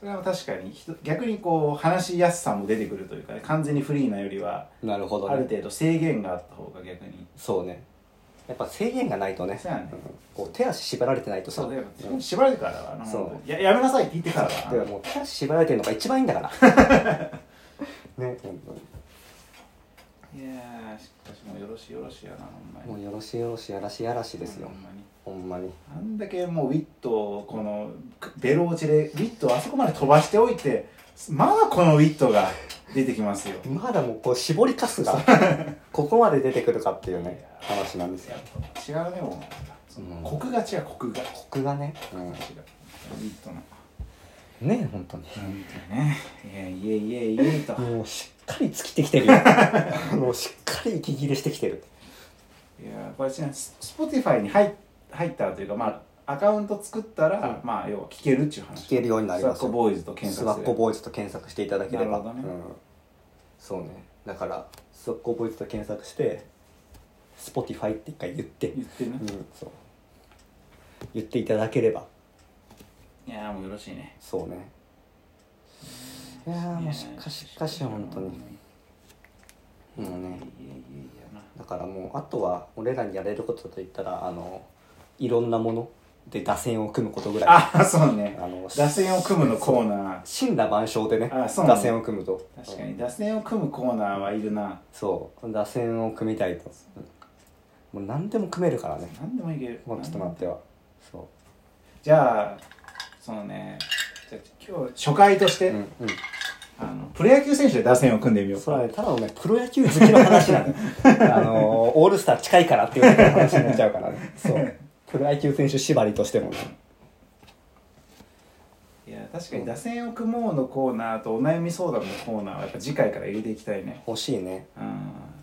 Speaker 1: それは確かにひと逆にこう話しやすさも出てくるというかね完全にフリーなよりは
Speaker 2: なるほど
Speaker 1: ある
Speaker 2: ね
Speaker 1: 程度制限があった方が逆に
Speaker 2: そうねやっぱ制限がないとね
Speaker 1: そうやね
Speaker 2: んこう手足縛られてないとさ
Speaker 1: そうだよ
Speaker 2: うん
Speaker 1: 縛られてからはな
Speaker 2: そう
Speaker 1: ややめなさいって言ってから
Speaker 2: でも
Speaker 1: は
Speaker 2: もう手足縛られてるのが一番いいんだから [LAUGHS] ね本当に
Speaker 1: ないやーしかしもうよろしいよろしいやなほんま
Speaker 2: も
Speaker 1: に
Speaker 2: うよろしよろしやらしやらしですよ
Speaker 1: ほんまに
Speaker 2: ほんまに
Speaker 1: あんだけもうウィットをこのベロ落ちでウィットをあそこまで飛ばしておいてまだこのウィットが出てきますよ
Speaker 2: まだもうこう絞りかすがここまで出てくるかっていうね話なんですよ
Speaker 1: 違うねもう、
Speaker 2: うん
Speaker 1: コクが違うコクが違
Speaker 2: コクがね、
Speaker 1: うウィットの
Speaker 2: うん、ね本当に
Speaker 1: なんかねいやいえいえいえいと
Speaker 2: もうしっかり尽きてき [LAUGHS] てるよもうしっかり息切れしてきてる
Speaker 1: いやこれちなみに Spotify に入っ入ったというかまあアカウント作ったら、まあ要は聞けるっていう話
Speaker 2: 聞けるようになり
Speaker 1: スワ
Speaker 2: ま
Speaker 1: ッ
Speaker 2: す
Speaker 1: コ
Speaker 2: よ
Speaker 1: ボーイズと検
Speaker 2: ス
Speaker 1: 索
Speaker 2: ワ
Speaker 1: す
Speaker 2: ッ
Speaker 1: る
Speaker 2: コボーイズと検索していただければ、
Speaker 1: なるほどね
Speaker 2: うん、そうねだからスワッコボーイズと検索してスポティファイって一回言って、
Speaker 1: 言ってるね
Speaker 2: うん、そう言っていただければ
Speaker 1: いやーもうよろしいね
Speaker 2: そうねいやーもうしかししかし本当に
Speaker 1: い
Speaker 2: もう
Speaker 1: やいや
Speaker 2: ね
Speaker 1: いやな
Speaker 2: だからもうあとは俺らにやれることといったらあのいろんなもので打線を組むことぐらい
Speaker 1: ああ [LAUGHS] そうね
Speaker 2: あの
Speaker 1: 打線を組むのコーナ
Speaker 2: 神羅万象でね
Speaker 1: あそうな
Speaker 2: 打
Speaker 1: の
Speaker 2: 線を組むと
Speaker 1: ー確かに打線を組むコーナーはいるな
Speaker 2: そう打線を組みたいともう何でも組めるからね
Speaker 1: 何でもいける
Speaker 2: もうちょっと待ってはそ
Speaker 1: じゃあそのねじゃあ今日初回とし
Speaker 2: う
Speaker 1: て、
Speaker 2: うん
Speaker 1: あのプロ野球選手で打線を組んでみ
Speaker 2: う
Speaker 1: よ
Speaker 2: ん
Speaker 1: う
Speaker 2: それはねただのねプロ野球好きの話な
Speaker 1: [LAUGHS]
Speaker 2: のあのオールスター近いからっていうだけの話になっちゃうからねそうプロ野球選手縛りとしてもね
Speaker 1: いや確かに「打線を組もう」のコーナーと「お悩み相談」のコーナーはやっぱ次回から入れていきたいね
Speaker 2: 欲しいね
Speaker 1: うん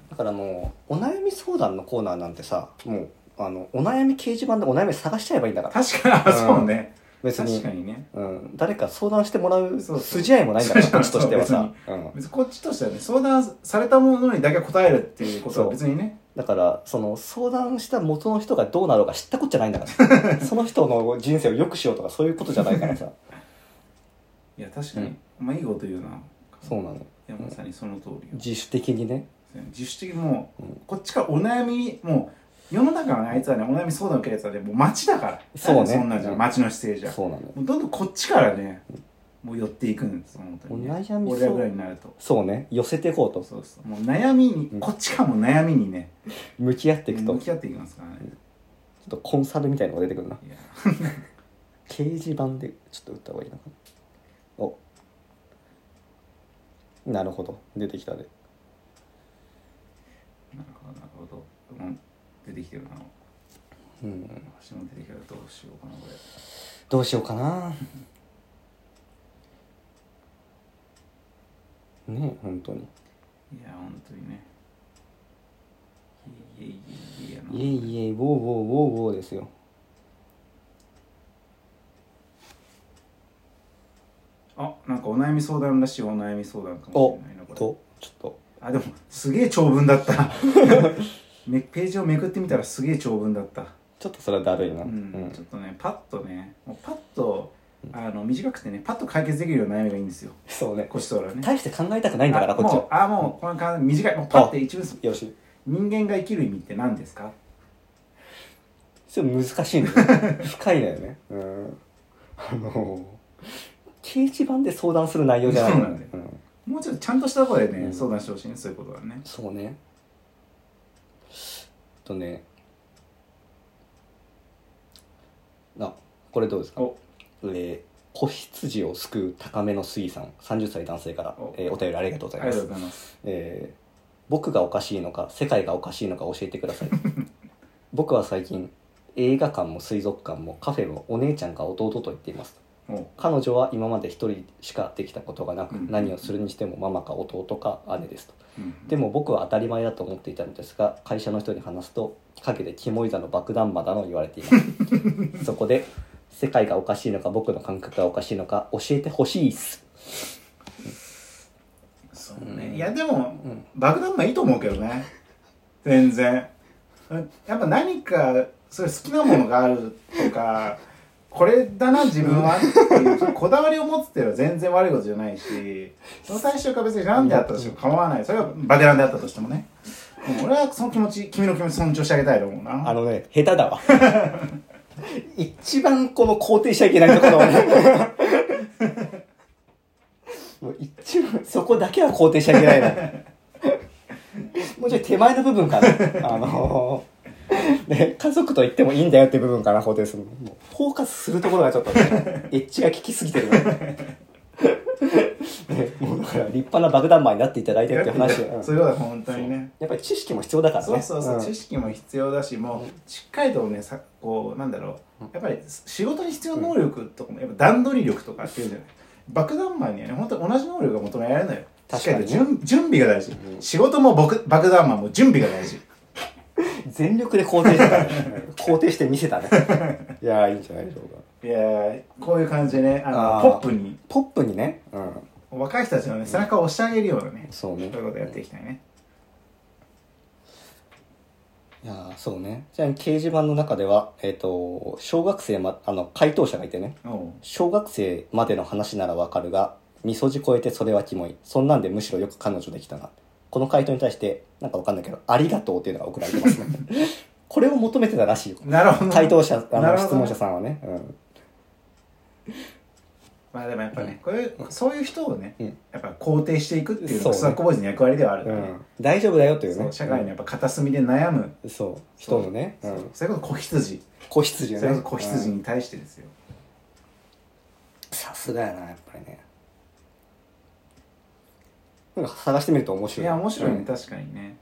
Speaker 2: だからもうお悩み相談のコーナーなんてさもうあのお悩み掲示板でお悩み探しちゃえばいいんだから
Speaker 1: 確かにあそうね
Speaker 2: 別に
Speaker 1: 確かにね
Speaker 2: うん、誰か相談してもらう
Speaker 1: そうそう
Speaker 2: 筋合いもないんだからこっちとしてはさ、うん、
Speaker 1: 別にこっちとしてはね相談されたものにだけ答えるっていうこと
Speaker 2: そ
Speaker 1: は
Speaker 2: う
Speaker 1: 別にね
Speaker 2: だからその相談した元の人がどうなろうか知ったこっちゃないんだから [LAUGHS] その人の人生を良くしようとかそういうことじゃないからさ
Speaker 1: いや確かに、
Speaker 2: うん
Speaker 1: まあいいこと言うな
Speaker 2: そうなの
Speaker 1: いやまさにその通りよ
Speaker 2: 自主的にね
Speaker 1: 自主的にもう、
Speaker 2: うん
Speaker 1: こっちからお悩みもう世の中のあいつはねお悩み相談受けるやつはねもう街だから
Speaker 2: そ
Speaker 1: な
Speaker 2: うね
Speaker 1: んでそんなんじゃん
Speaker 2: うん
Speaker 1: 街の姿勢じゃん
Speaker 2: そうなの
Speaker 1: もうどんどんこっちからねもう寄っていくんです本当に、ね、
Speaker 2: お悩み相
Speaker 1: 俺らぐらいになると
Speaker 2: そうね寄せていこうと
Speaker 1: そうそうもう悩みに、
Speaker 2: ん
Speaker 1: こっちからも悩みにね
Speaker 2: 向き合っていくと
Speaker 1: 向
Speaker 2: ちょ
Speaker 1: き合っていきますからね、
Speaker 2: っとコンサルみたいのが出てくるない
Speaker 1: や
Speaker 2: 掲示板でちょっと打った方がいいのかなおなるほど出てきたで
Speaker 1: なるほどなるほど、うん、出てきてるな
Speaker 2: うん
Speaker 1: 私も出てきたらどうしようかなこれ
Speaker 2: どうしようかなねえ本当に
Speaker 1: いや本当にねいえいえいえいえや
Speaker 2: い
Speaker 1: な
Speaker 2: えいえウォーウォーウォーウォーですよ
Speaker 1: あなんかお悩み相談らしいお悩み相談かもしれないなこれ
Speaker 2: とちょっと
Speaker 1: あでもすげえ長文だった [LAUGHS] めページをめくってみたらすげえ長文だった、
Speaker 2: ちょっとそれはだるいな
Speaker 1: うんちょっとねパッとねもうパッとあの短くてねパッと解決できるような悩みがいいんですよ
Speaker 2: そうね
Speaker 1: コシソーラはね
Speaker 2: 大して考えたくないんだから
Speaker 1: あ
Speaker 2: こっち
Speaker 1: も
Speaker 2: は
Speaker 1: うあもうこの感じ短いもうパッて一文
Speaker 2: よろしい
Speaker 1: 人間が生きる意味って何ですか
Speaker 2: それ難しいんだよ
Speaker 1: [LAUGHS]
Speaker 2: ね深いんだよねうんあの掲示板で相談する内容じゃない
Speaker 1: そうなんだよ
Speaker 2: うん
Speaker 1: もうちょっとちゃんとしたところでね、
Speaker 2: うん
Speaker 1: 相談してほしいねそういうことはね
Speaker 2: そうねとねあこれどうですか
Speaker 1: お
Speaker 2: えー、子羊を救う高めの杉さん30歳男性から
Speaker 1: お
Speaker 2: えーお便りありがとうご
Speaker 1: あ
Speaker 2: ざい
Speaker 1: りがと
Speaker 2: ます
Speaker 1: うございます
Speaker 2: えー僕がおかしいのか世界がおかしいのか教えてく
Speaker 1: [LAUGHS]
Speaker 2: ださい僕は最近映画館も水族館もカフェもお姉ちゃんが弟と言っています
Speaker 1: お
Speaker 2: 彼女は今まで一人しかできたことがなく、
Speaker 1: うん
Speaker 2: 何をするにしてもママか弟か姉ですと
Speaker 1: うん
Speaker 2: でも僕は当たり前だと思っていたのですが会社の人に話すと陰でキモいだの爆弾魔だの言われて
Speaker 1: [LAUGHS]
Speaker 2: いますそこで世界がおかしいのか僕の感覚がおかしいのか教えてほしいっす、
Speaker 1: そうね、
Speaker 2: うん
Speaker 1: いやでも
Speaker 2: うん、
Speaker 1: 爆弾魔いいと思うけどね全然やっぱ何かそれ好きなものがあるとかこれだな自分はっていうそのこだわりを持つっていうのは全然悪いことじゃないしその対象が別に何であったとしても構わないそれはバテランであったとしてもねでも俺はその気持ち君の気持ち尊重してあげたいと思うな
Speaker 2: あのね、下手だわ。 [LAUGHS] 一番この肯定しちゃいけないところ、 [LAUGHS] もう一番、そこだけは肯定しちゃいけないな。もうちょい手前の部分かな。あのーね、家族と言ってもいいんだよって部分かな、肯定するの。もうフォーカスするところがちょっとね、エッジが効きすぎてるな。ね、もうだから立派な爆弾魔になっていただいてって話。うん
Speaker 1: そういうことは本当にね
Speaker 2: やっぱり知識も必要だからね。
Speaker 1: そうそうそう、
Speaker 2: ん
Speaker 1: 知識も必要だしもうしっかりとねさこうなんだろうやっぱり仕事に必要能力とかもやっぱ段取り力とかっていうんじゃない爆弾魔にはね本当に同じ能力が求められるのよ
Speaker 2: 確かにね
Speaker 1: しっりと準準備が大事、仕事も僕爆弾魔も準備が大事
Speaker 2: 全力で肯定
Speaker 1: [LAUGHS]
Speaker 2: してたね肯定して見せたねいやーいいんじゃないでしょうか
Speaker 1: いやーこういう感じでねあの
Speaker 2: あー
Speaker 1: ポップに
Speaker 2: ポップにねうん
Speaker 1: 若い人たちの、ね、背中を押してあげるようなね、
Speaker 2: そうね
Speaker 1: そういうことやっていきたいね、
Speaker 2: いやーそうねちなみに掲示板の中ではえっ、と小学生まあの回答者がいてね
Speaker 1: おう
Speaker 2: 小学生までの話ならわかるがみそじ超えてそれはキモいそんなんでむしろよく彼女できたなこの回答に対してなんかわかんないけど「ありがとう」っていうのが送られて
Speaker 1: [LAUGHS]
Speaker 2: ますねこれを求めてたらしいよ
Speaker 1: なるほど
Speaker 2: 回答者あ
Speaker 1: なる
Speaker 2: の
Speaker 1: ほど
Speaker 2: 質問者さんはね、うん、
Speaker 1: まあでもやっぱね、こういうそういう人をね、
Speaker 2: うん
Speaker 1: やっぱ肯定していくっていうの
Speaker 2: そ
Speaker 1: が
Speaker 2: うね
Speaker 1: スナックボーイズの役割ではある
Speaker 2: う
Speaker 1: からね、
Speaker 2: ん、大丈夫だよという
Speaker 1: そう
Speaker 2: ね
Speaker 1: 社会のやっぱ片隅で悩む、
Speaker 2: うんそう人のねう
Speaker 1: そうんそれこそ子羊
Speaker 2: 子羊
Speaker 1: そ
Speaker 2: よ
Speaker 1: れこ
Speaker 2: ね
Speaker 1: そ子羊に対してですよ、
Speaker 2: さすがやなやっぱりねなんか探してみると面白い
Speaker 1: いや面白いね、
Speaker 2: うん
Speaker 1: 確かにね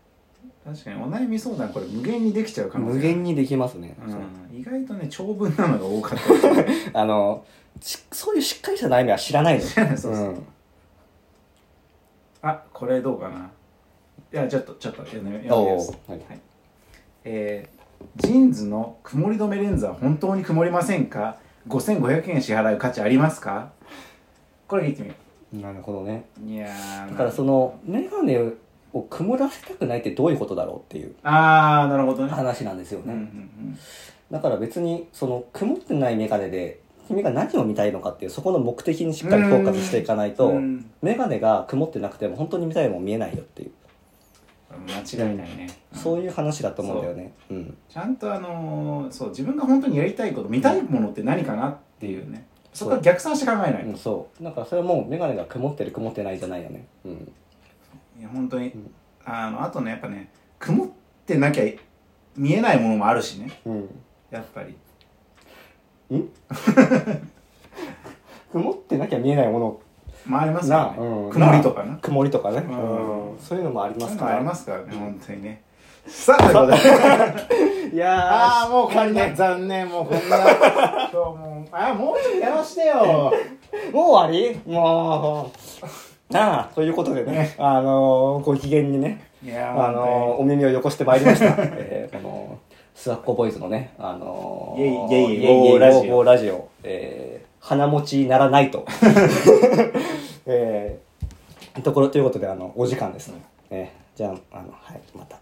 Speaker 1: 確かにお悩み相談これ無限にできちゃう可能性
Speaker 2: 無限にできますね、そう
Speaker 1: うん、意外とね長文なのが多かったりする
Speaker 2: あのしそういうしっかりした悩みは知らないの
Speaker 1: そうそう、
Speaker 2: うん
Speaker 1: [LAUGHS] あこれどうかないやちょっとちょっと読んでみ
Speaker 2: お
Speaker 1: ます
Speaker 2: ーはい
Speaker 1: えージーンズの曇り止めレンズは本当に曇りませんか5500円支払う価値ありますかこれ聞いてみよ
Speaker 2: なるほどね
Speaker 1: ういやー
Speaker 2: だからその眼鏡を曇らせたくないってどういうことだろうっていう
Speaker 1: ああなるほどね
Speaker 2: 話なんですよ
Speaker 1: うん
Speaker 2: ね、
Speaker 1: うんうん
Speaker 2: だから別にその曇ってない眼鏡で君が何を見たいのかっていうそこの目的にしっかりフォーカスしていかないと、
Speaker 1: うん
Speaker 2: 眼鏡が曇ってなくても本当に見たいもん見えないよっていう
Speaker 1: 間違いないね、
Speaker 2: そういう話だと思うんだよね。うん。
Speaker 1: ちゃんとあのーそう自分が本当にやりたいこと見たいものって何かなっていうねそこから逆算して考えないと、
Speaker 2: うん、そう。だからそれはもう眼鏡が曇ってる曇ってないじゃないよね。うん。
Speaker 1: いや本当に、
Speaker 2: ん
Speaker 1: あのあとねやっぱね曇ってなきゃ見えないものもあるしね
Speaker 2: うん。
Speaker 1: やっぱり
Speaker 2: 曇ってなきゃ見えないも
Speaker 1: まあありま
Speaker 2: の
Speaker 1: すから
Speaker 2: な、
Speaker 1: ね、
Speaker 2: うん、
Speaker 1: 曇りとかな
Speaker 2: 曇りとかね、
Speaker 1: うん
Speaker 2: うん、そういうのもあり
Speaker 1: そ
Speaker 2: ま
Speaker 1: ういう
Speaker 2: す
Speaker 1: の
Speaker 2: か
Speaker 1: あ
Speaker 2: ら
Speaker 1: りますからね本当にねさあということで
Speaker 2: いや
Speaker 1: [LAUGHS] ああもうこんな残念もうこんな [LAUGHS] 今日もうああもうちょっとやらしてよ
Speaker 2: ーもう終わりもうなあということでね
Speaker 1: ね
Speaker 2: あのーご機嫌にね
Speaker 1: [LAUGHS] いや
Speaker 2: あ
Speaker 1: ー
Speaker 2: のーお耳をよこしてまいり
Speaker 1: [LAUGHS]
Speaker 2: ました、えー、このスワッコボーイズのねあのー、
Speaker 1: イェイイェイ
Speaker 2: イェイ
Speaker 1: ゴーラジオ
Speaker 2: ゴーゴーラジオ、えー、鼻持ちならないと [LAUGHS] えー、ところということであのお時間ですね、えーじゃああの、はい、また